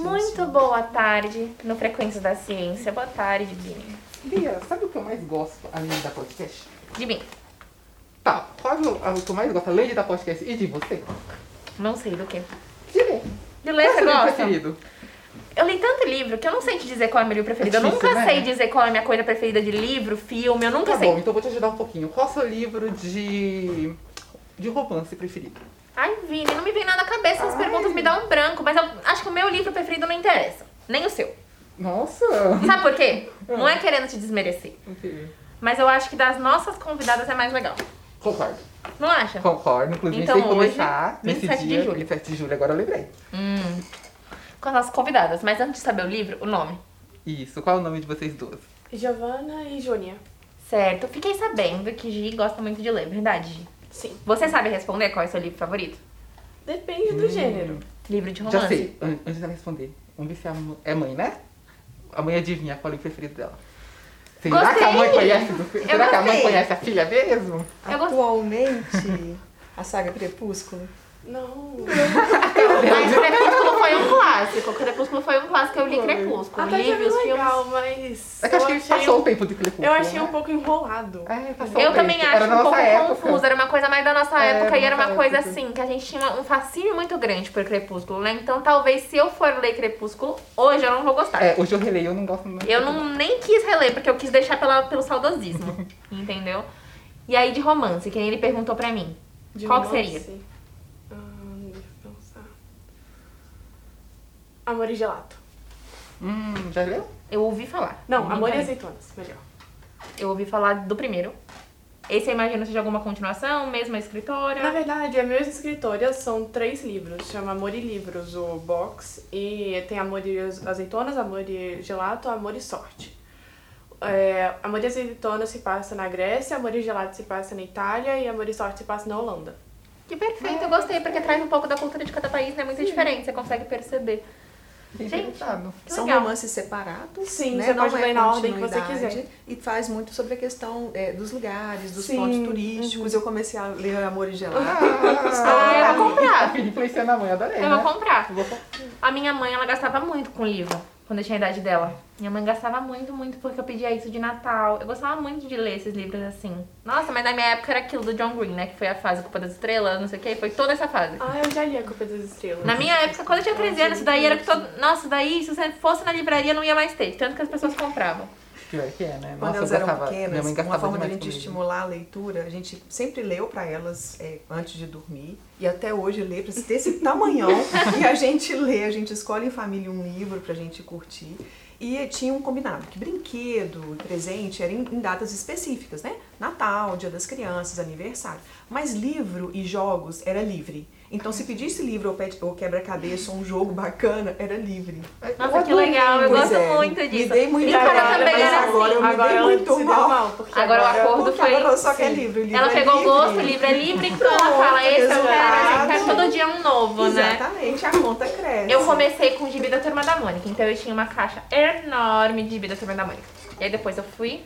Muito boa tarde no Frequência da Ciência. Boa tarde, Guilherme. Bia, sabe o que eu mais gosto além da podcast? De mim. Tá, sabe o o que eu mais gosto além de da podcast e de você? Não sei do que. De ler. De Qual ler, é você o seu gosta? preferido? Eu li tanto livro que eu não sei te dizer qual é o meu livro preferido. É eu difícil, nunca né? sei dizer qual é a minha coisa preferida de livro, filme, eu nunca Tá sei. bom, então eu vou te ajudar um pouquinho. Qual é o seu livro de, de romance preferido? Ai, Vini, não me vem nada na cabeça, essas Ai. perguntas me dão um branco, mas eu acho que o meu livro preferido não interessa. Nem o seu. Nossa! Sabe por quê? Ah. Não é querendo te desmerecer. Ok. Mas eu acho que das nossas convidadas é mais legal. Concordo. Não acha? Concordo. Inclusive, Então, tem que hoje, começar nesse 27 de dia. julho. 27 de julho, agora eu lembrei. Hum. Com as nossas convidadas. Mas antes de saber o livro, o nome. Isso, qual é o nome de vocês duas? Giovana e Júnia. Certo. Fiquei sabendo que Gi gosta muito de ler, verdade, Gi? Sim. Você sabe responder qual é o seu livro favorito? Depende Hum. do gênero. Livro de romance. Já sei, an- antes dela responder. Vamos ver se a mãe é mãe, né? A mãe adivinha qual é o preferido dela. Será que a mãe Gostei. conhece? do- Será que a mãe gostei. conhece a filha mesmo? Eu gosto- Atualmente, a saga Crepúsculo. Não. Mas Crepúsculo foi um clássico. Crepúsculo foi um clássico. Eu li Crepúsculo. Até Li, que vi é os filmes. legal, mas. É que eu acho eu que achei passou um- o tempo de Crepúsculo. Eu achei né? um pouco enrolado. É, passou o Eu tempo. também acho Era na um pouco nossa época. confuso, era uma coisa mais da nossa É, época e era uma nossa coisa época. assim, que a gente tinha um fascínio muito grande por Crepúsculo, né? Então talvez se eu for ler Crepúsculo, hoje eu não vou gostar. É, hoje eu releio, eu não gosto muito. Eu não, nem quis reler, porque eu quis deixar pela, pelo saudosismo, entendeu? E aí de romance, que nem ele perguntou pra mim. De Qual que romance. seria? Ah, deixa eu pensar. Amor e gelato. Hum, já leu? Eu ouvi falar. Não, Nunca amor e li. azeitonas. Melhor. Eu ouvi falar do primeiro. Esse eu imagino seja alguma continuação, mesma escritora. Na verdade, é a mesma escritora são três livros. Chama Amor e Livros, o box. E tem Amor e Azeitonas, Amor e Gelato, Amor e Sorte. É, Amor e Azeitonas se passa na Grécia, Amor e Gelato se passa na Itália e Amor e Sorte se passa na Holanda. Que perfeito, eu gostei, porque traz um pouco da cultura de cada país, né? Muito diferente, você consegue perceber. Gente. Interessado. Que São legal. romances separados. Sim, né? você Não pode é ler na ordem que você continuidade. quiser. E faz muito sobre a questão é, dos lugares, dos Sim, Uhum. pontos turísticos. Eu comecei a ler Amor e Gelado. Ah, eu vou A comprar. filha influenciando a mãe, adorei. Eu né? vou comprar. Eu vou comprar. A minha mãe, ela gastava muito com livro, quando eu tinha a idade dela. Minha mãe gastava muito, muito, porque eu pedia isso de Natal. Eu gostava muito de ler esses livros assim. Nossa, mas na minha época era aquilo do John Green, né? Que foi a fase Culpa das Estrelas, não sei o quê. Foi toda essa fase. Ah, eu já li A Culpa das Estrelas. Na minha época, quando eu tinha 13 anos, isso daí era que todo. Nossa, isso daí, se você fosse na livraria, não ia mais ter. Tanto que as pessoas compravam. Pior que é, né? Quando Nossa, elas eu eram gastava- minha pequenas, mãe uma gastava forma da demais gente comigo. estimular a leitura, a gente sempre leu para elas é, antes de dormir. E até hoje lê para ter esse tamanhão. e a gente lê, a gente escolhe em família um livro pra gente curtir. E tinha um combinado, que brinquedo, presente, era em, em datas específicas, né? Natal, Dia das Crianças, aniversário. Mas livro e jogos era livre. Então se pedisse livro ou, pet- ou quebra-cabeça ou um jogo bacana, era livre. Nossa, que legal, eu Pois gosto é, muito Me disso. dei muito E Então, mal, cara agora- também mas era agora assim. eu me agora dei ela muito se deu mal. mal, porque Agora o acordo porque foi- agora só sim. quer livro. livro Ela é pegou o livre. gosto, o livro é livre, então ela fala, esse eu quero, eu quero Exato. todo dia um novo, né? Exatamente, a conta cresce. Eu comecei com o gibi da Turma da Mônica, então eu tinha uma caixa enorme de gibi da Turma da Mônica. E aí depois eu fui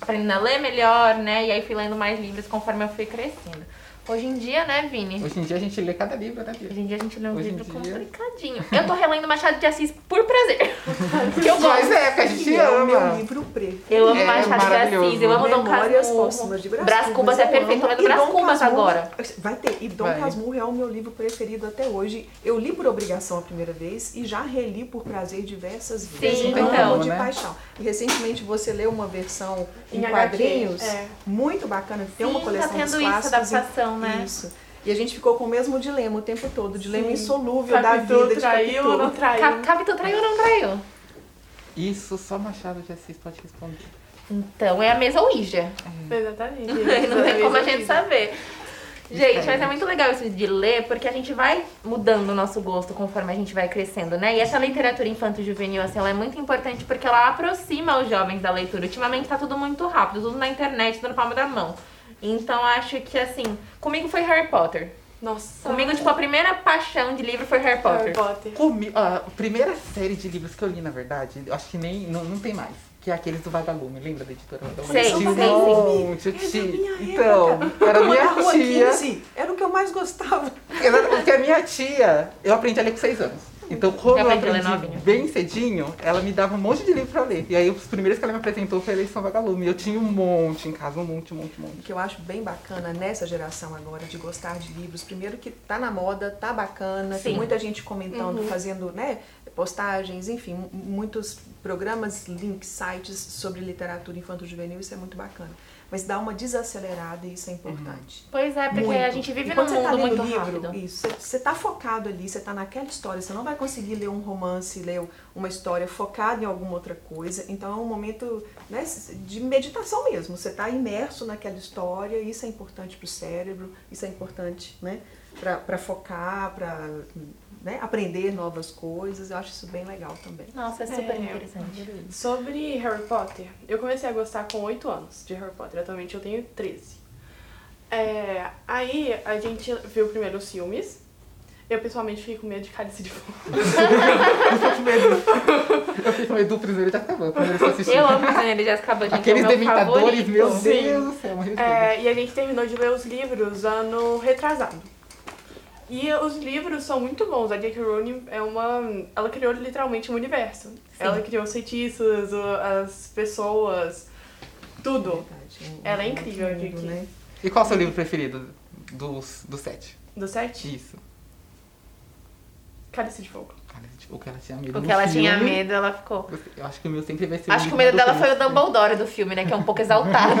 aprendendo a ler melhor, né? E aí fui lendo mais livros conforme eu fui crescendo. Hoje em dia, né, Vini? Hoje em dia a gente lê cada livro, né, Bia? Hoje em dia a gente lê um Hoje em livro dia- complicadinho. Eu tô relendo Machado de Assis por prazer. Porque eu Mas gosto. é, porque a que gente é o meu ama. livro preto. Eu amo É Machado de Assis, maravilhoso. eu amo Dom Memórias Casmurro. póstumas de Brás, Brás Cubas é eu perfeito, eu amo. lendo E Brás Dom Cubas Casmurro- agora. Vai ter. E Dom Vai. Casmurro é o meu livro preferido até hoje. Eu li por obrigação a primeira vez e já reli por prazer diversas vezes. Sim, Amo então, de né? paixão. E recentemente você leu uma versão em, Em HQ, quadrinhos, é. muito bacana. Tem Sim, uma coleção tá tendo dos isso, clássicos. adaptação, e- né? Isso. E a gente ficou com o mesmo dilema o tempo todo, o dilema Sim. insolúvel da Capitu vida de traiu ou Capitu. não traiu? Ca- um Capitão traiu ou não traiu? Isso só Machado de Assis pode responder. Então é a mesa Ouija. Exatamente. É, não tem como a gente Exatamente. saber. Gente, mas é Diferente. muito legal isso de ler, porque a gente vai mudando o nosso gosto conforme a gente vai crescendo, né? E essa literatura infanto-juvenil, assim, ela é muito importante porque ela aproxima os jovens da leitura. Ultimamente tá tudo muito rápido, tudo na internet, tudo na palma da mão. Então acho que, assim, comigo foi Harry Potter. Nossa. Comigo, tipo, a primeira paixão de livro foi Harry Potter. Harry Potter. Comi... A primeira série de livros que eu li, na verdade, eu acho que nem. Não, não tem mais. Que é aqueles do vagalume, lembra da editora vagalume? Sei, Tinha um sei, sim. monte, Era da tia. minha época. Então, era Uma da minha Rua tia. 15, era o que eu mais gostava. Exato, Porque a minha tia, eu aprendi a ler com seis anos. Então, como Já eu aprendeu, aprendi né, novinha? bem cedinho, ela me dava um monte de livro pra ler. E aí, os primeiros que ela me apresentou foi a Eleição Vagalume. E Eu tinha um monte em casa, um monte, um monte, um O monte. que eu acho bem bacana nessa geração agora de gostar de livros, primeiro que tá na moda, tá bacana, tem Sim. muita gente comentando, fazendo né, postagens, enfim, m- muitos programas, links, sites sobre literatura infanto-juvenil, isso é muito bacana. Mas dá uma desacelerada e isso é importante. Pois é, porque Muito. a gente vive num E quando mundo você tá lendo muito livro, rápido. Isso, você- você tá focado ali, você tá naquela história, você não vai conseguir ler um romance, ler uma história focada em alguma outra coisa. Então é um momento né, de meditação mesmo. Você tá imerso naquela história, isso é importante pro cérebro, isso é importante, né? Pra, pra focar, pra né, aprender novas coisas. Eu acho isso bem legal também. Nossa, é super É. interessante. Sobre Harry Potter, eu comecei a gostar com 8 anos de Harry Potter, atualmente eu tenho 13. É, aí a gente viu primeiro os filmes. Eu pessoalmente fiquei com medo de cálice de fogo. Eu fiquei com medo. Eu um fiquei com medo do Prisioneiro de Azkaban, quando eles assistiram. Eu amo o Prisioneiro de Azkaban, gente. Aqueles é o meu dementadores, favorito. meu Sim. Deus do céu, morri de medo. É, e a gente terminou de ler os livros ano retrasado. E os livros são muito bons. A J.K. Rowling é uma. Ela criou literalmente um universo. Ela criou os feitiços, o- as pessoas, tudo Verdade, um, Ela é incrível, outro né? J.K. E qual é o seu livro preferido dos, dos sete? do sete. Isso. Cálice de fogo. Cara, tipo, o que ela tinha medo no Porque ela tinha filme. medo, ela ficou. Eu acho que o meu sempre vai ser Acho que o medo livro do dela foi o príncipe. Dumbledore do filme, né? Que é um pouco exaltado.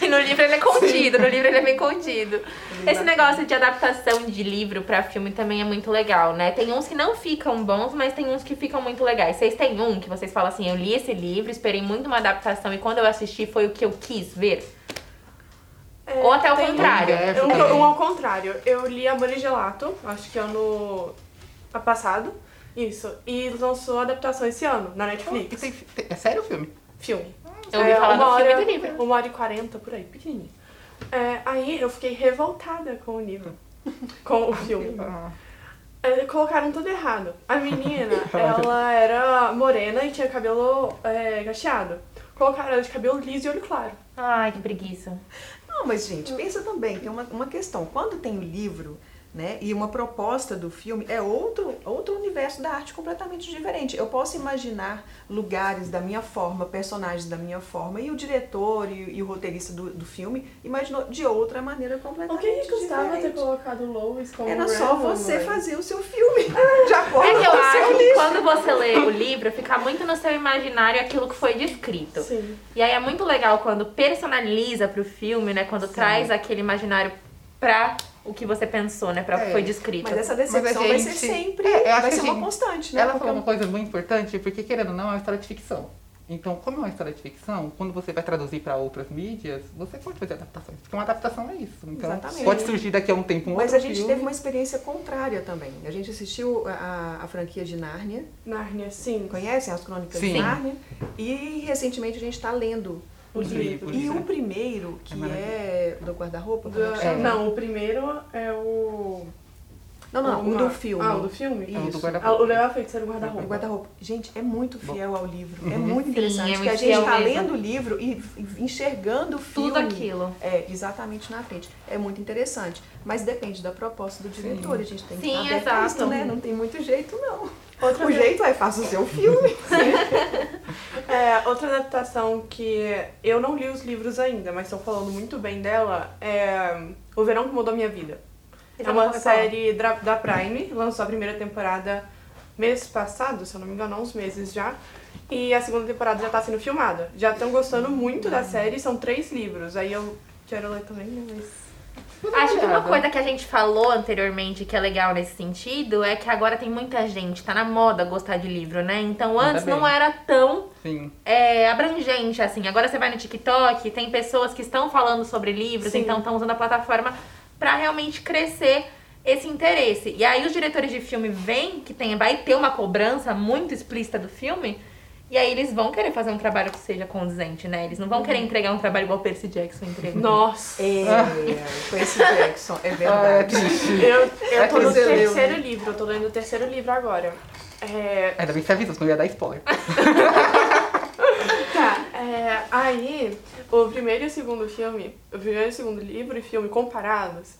e no livro ele é contido, no livro ele é bem contido. é Esse negócio de adaptação de livro pra filme também é muito legal, né? Tem uns que não ficam bons, mas tem uns que ficam muito legais. Vocês têm um que vocês falam assim, eu li esse livro, esperei muito uma adaptação e quando eu assisti foi o que eu quis ver? É, Ou até o tem- contrário. É, Eu, também. eu, ao contrário, eu li Amor e Gelato, acho que é ano a passado. Isso. E lançou a adaptação esse ano, na E Netflix. tem- tem- é sério o filme? Filme. Eu ouvi É, falar uma do filme hora- e do livro. Uma hora e quarenta, por aí, pequenininho. É, aí eu fiquei revoltada com o livro. Com o filme. É, colocaram tudo errado. A menina, ela era morena e tinha cabelo é, cacheado. Colocaram ela de cabelo liso e olho claro. Ai, que preguiça. Não, mas gente, pensa também, tem uma, uma questão. Quando tem o livro, né, e uma proposta do filme, é outro, outro universo da arte completamente diferente. Eu posso imaginar lugares da minha forma, personagens da minha forma, e o diretor e, e o roteirista do, do filme imaginou de outra maneira O completamente que que custava né, ter É diferente. colocado Lois como Era só Randall, você mãe? fazer o seu filme de acordo É que eu com o seu acho que livro. quando você lê o livro, fica muito no seu imaginário aquilo que foi descrito. Sim. E aí é muito legal quando personaliza pro filme, né? Quando traz aquele imaginário pra o que você pensou, né? Pra o que É, foi descrito. Mas essa decepção Mas a vai gente- ser sempre, É, eu acho vai que ser a uma gente- constante, né? Ela Porque falou uma coisa muito importante, porque querendo ou não, é uma história de ficção. Então, como é uma história de ficção, quando você vai traduzir para outras mídias, você pode fazer adaptações. Porque uma adaptação é isso. Então, Exatamente. pode surgir daqui a um tempo um Mas outro a gente filme. teve uma experiência contrária também. A gente assistiu a- a, a franquia de Nárnia, Nárnia, sim. conhecem as crônicas Sim. de Nárnia, e recentemente a gente está lendo. Os Sim, livros. E Isso, o né? primeiro, É que maravilhoso. é, do guarda-roupa? como é Do- que chama? Não, o primeiro é o. Não, não, o uma- do filme. Ah, o do filme? É o do Isso. Ah, guarda-roupa. o Léo é feiticeiro O guarda-roupa. guarda-roupa. Gente, é muito fiel ao livro. É Uhum. muito Sim, interessante. é porque muito a gente fiel está mesmo. lendo o livro e e enxergando o filme. Tudo aquilo. É, exatamente na frente. É muito interessante. Mas depende da proposta do diretor. A gente tem que Sim, estar aberto a isso, exato. né? Não tem muito jeito, não. Outra o vez. jeito é faça o seu filme. É, outra adaptação que eu não li os livros ainda, mas estão falando muito bem dela é O Verão que Mudou Minha Vida. É Então, uma vamos falar. série dra- da Prime, lançou a primeira temporada mês passado, se eu não me engano, há uns meses já. E a segunda temporada já tá sendo filmada. Já estão gostando muito Hum. da série, são três livros. Aí eu quero ler também, né, mas. Acho que uma coisa que a gente falou anteriormente que é legal nesse sentido é que agora tem muita gente, tá na moda gostar de livro, né? Então Ainda antes bem. não era tão Sim. é, abrangente, assim. Agora você vai no TikTok, tem pessoas que estão falando sobre livros, Sim. então estão usando a plataforma pra realmente crescer esse interesse. E aí os diretores de filme veem que tem, vai ter uma cobrança muito explícita do filme, e aí eles vão querer fazer um trabalho que seja condizente, né? Eles não vão querer entregar um trabalho igual Percy Jackson entregou. Uhum. Nossa! É, foi esse Jackson, Ah, é é verdade. triste. Eu, É eu tô que no você leu, terceiro livro, eu tô lendo o terceiro livro agora. É, Ainda bem que você avisou, senão eu ia dar spoiler. É, aí, o primeiro e o segundo filme, o primeiro e o segundo livro e filme comparados,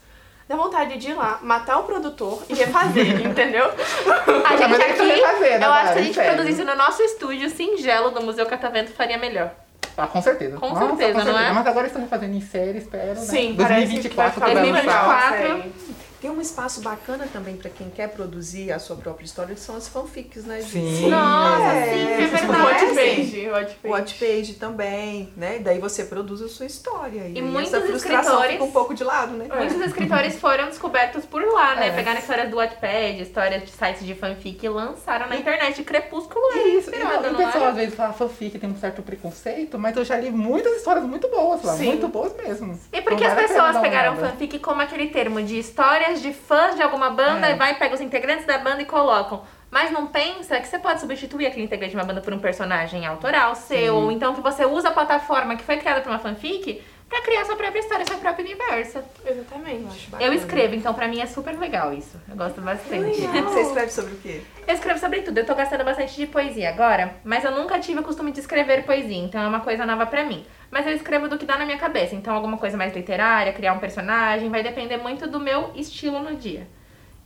dá vontade de ir lá, matar o produtor e refazer, entendeu? A mas gente tem que aqui, fazer, né, eu acho que se a Mari? gente Sério. produzisse no nosso estúdio singelo do Museu Catavento, faria melhor. Ah, com certeza. Com certeza, não é? Mas agora estão fazendo em série, espero. né? Sim, parece que vai 2024 ficar bem vai lançar. legal. legal. 2024. sério. Tem um espaço bacana também pra quem quer produzir a sua própria história, que são as fanfics, né, gente? Sim. Nossa, É, sim, é tipo, Tipo, verdade. Watchpage, Watchpage. Watchpage também, né? E daí você produz a sua história. E, aí muitos essa frustração escritores- É. fica um pouco de lado, É. né? Muitos escritores foram descobertos por lá, né? É. Pegaram histórias do Wattpad, histórias de sites de fanfic e lançaram na internet. Crepúsculo é Isso, e inspirado, o não pessoal é? às vezes fala fanfic, tem um certo preconceito, mas eu já li muitas histórias muito boas lá, Sim. muito boas mesmo. E por que Então as vale a pena pessoas dar uma pegaram olhada. fanfic como aquele termo de histórias de fãs de alguma banda É. e vai, pega os integrantes da banda e colocam. Mas não pensa que você pode substituir aquele integrante de uma banda por um personagem autoral seu, ou então que você usa a plataforma que foi criada por uma fanfic pra criar sua própria história, seu próprio universo. Exatamente. acho Eu bacana. escrevo, então pra mim é super legal isso. Eu gosto bastante. Legal. Você escreve sobre o quê? Eu escrevo sobre tudo. Eu tô gastando bastante de poesia agora, mas eu nunca tive o costume de escrever poesia, então é uma coisa nova pra mim. Mas eu escrevo do que dá na minha cabeça, então alguma coisa mais literária, criar um personagem, vai depender muito do meu estilo no dia.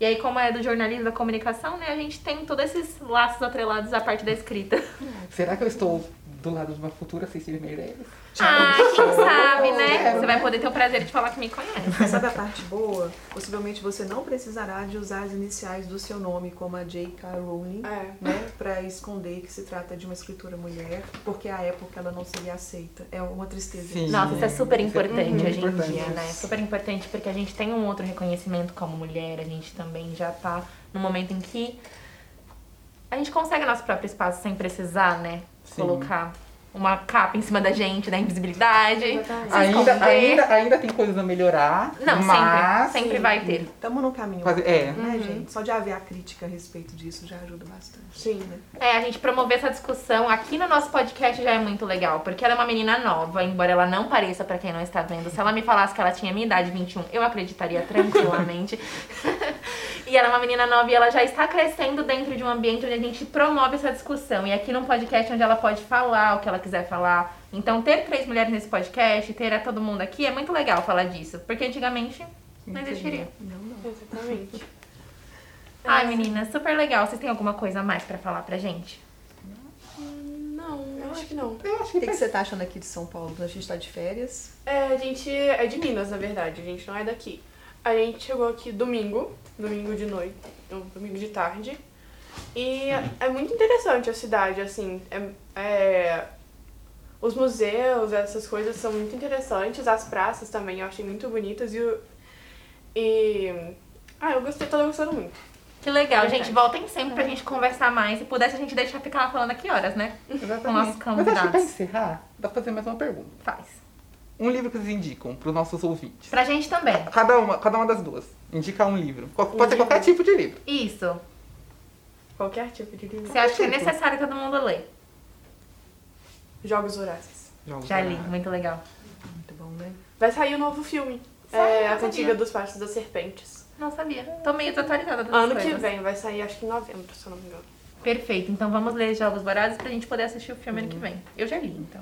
E aí, como é do jornalismo da comunicação, né, a gente tem todos esses laços atrelados à parte da escrita. Será que eu estou do lado de uma futura Cecília Meirelles? Ah, quem sabe, né? Quero, Você vai poder ter o prazer de falar que me conhece. Mas sabe a parte boa? Possivelmente você não precisará de usar as iniciais do seu nome, como a J.K. Rowling, É. né? Pra esconder que se trata de uma escritora mulher, porque à época ela não seria aceita. É uma tristeza. Sim. Nossa, isso é super importante muito hoje em importante. dia, né? Super importante porque a gente tem um outro reconhecimento como mulher, a gente também já tá no momento em que a gente consegue nosso próprio espaço sem precisar, né? Sim. Colocar uma capa em cima da gente, da invisibilidade. Exatamente. se Ainda, esconder. ainda, ainda tem coisas a melhorar, Não, mas... sempre, sempre vai ter. Estamos no caminho. Fazer- é. Né, gente? Só de haver a crítica a respeito disso já ajuda bastante. Sim. Né? É, a gente promover essa discussão aqui no nosso podcast já é muito legal, porque ela é uma menina nova, embora ela não pareça pra quem não está vendo. Se ela me falasse que ela tinha minha idade, 21, eu acreditaria tranquilamente. e ela é uma menina nova e ela já está crescendo dentro de um ambiente onde a gente promove essa discussão. E aqui num podcast onde ela pode falar o que ela quiser falar. Então, ter três mulheres nesse podcast, ter a todo mundo aqui, é muito legal falar disso, porque antigamente não existiria. Não, não. Exatamente. Ai, meninas, super legal. Vocês têm alguma coisa a mais pra falar pra gente? Não, eu acho que não. Eu acho O que que, que você tá achando aqui de São Paulo? A gente tá de férias. É, a gente é de Minas, na verdade, a gente não é daqui. A gente chegou aqui domingo, domingo de noite, não, domingo de tarde. E é muito interessante a cidade, assim, é, é- os museus, essas coisas são muito interessantes, as praças também eu achei muito bonitas e, o- e ah, eu gostei, tô gostando muito. Que legal, Verdade. gente. Voltem sempre pra gente conversar mais. Se pudesse, a gente deixa ficar lá falando aqui horas, né? Exatamente. Com nossos Mas acho que pra convidados. encerrar, dá pra fazer mais uma pergunta. Faz. Um livro que vocês indicam pros nossos ouvintes. Pra gente também. Cada uma, cada uma das duas. Indica um livro. Qual- pode ser livro. qualquer tipo de livro. Isso. Qualquer tipo de livro. Você acha que é necessário todo mundo ler? Jogos Vorazes. Já li, muito legal. Muito bom, né? Vai sair o novo filme, Sério? é, A Não sabia. Cantiga dos Passos das Serpentes. Não sabia. Tô meio desatualizada dessas Ano que coisas. vem, vai sair acho que em novembro, se eu não me engano. Perfeito. Então vamos ler Jogos Vorazes pra gente poder assistir o filme ano que vem. Eu já li, então.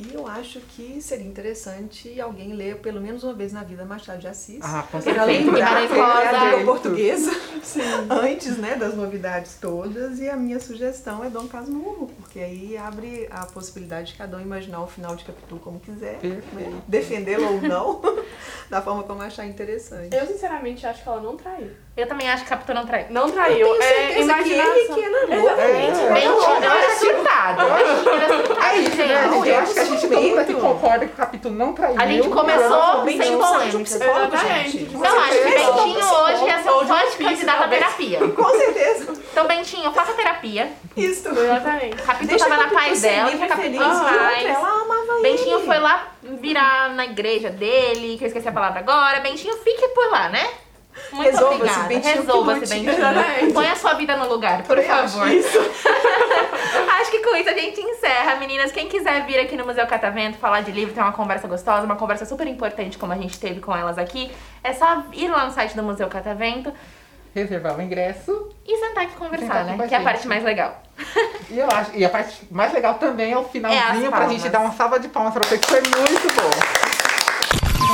E eu acho que seria interessante alguém ler pelo menos uma vez na vida Machado de Assis. Ah, com Pra Perfeito, lembrar Guimarães que ele é Rosa. a língua portuguesa, antes né, das novidades todas. E a minha sugestão é Dom Casmurro, porque aí abre a possibilidade de cada um imaginar o final de Capitu como quiser, né, Perfeito. defendê-lo ou não, da forma como achar interessante. Eu, sinceramente, acho que ela não traiu. Eu também acho que Capitão não traiu. Não traiu. Eu tenho é certeza que imaginação. ele que enamorou. É, Mentira, eu sou citada. é isso, né, Não, gente? Eu acho que a gente todo mundo aqui suspeito. concorda que o capítulo não traiu. é, A gente começou Bem sem discussão de um polêmica. psicólogo, Exatamente. gente. Não, acho que certeza. Bentinho hoje é Ou de um só de físico, candidato à talvez. terapia. Com certeza. Então, Bentinho, faça terapia. Isso. Exatamente. Capitu Deixa tava na Capitu paz ser dela, livre que e a Capitu feliz. em E outra, paz. Ela amava Bentinho ele. foi lá virar na igreja dele, que eu esqueci a palavra agora. Bentinho, fique por lá, né? Muito Resolva-se, obrigada. Bentinho, que Resolva-se, lute. Bentinho. Exatamente. Põe a sua vida no lugar, por Também acho favor. Acho que com isso a gente encerra, meninas. Quem quiser vir aqui no Museu Catavento falar de livro, ter uma conversa gostosa, uma conversa super importante como a gente teve com elas aqui, é só ir lá no site do Museu Catavento. reservar o ingresso. E sentar aqui e Sentar conversar, aqui né? com a Que é a gente. parte mais legal. E eu acho, e a parte mais legal também é o finalzinho É as pra gente palmas. dar uma salva de palmas pra você, que foi muito bom.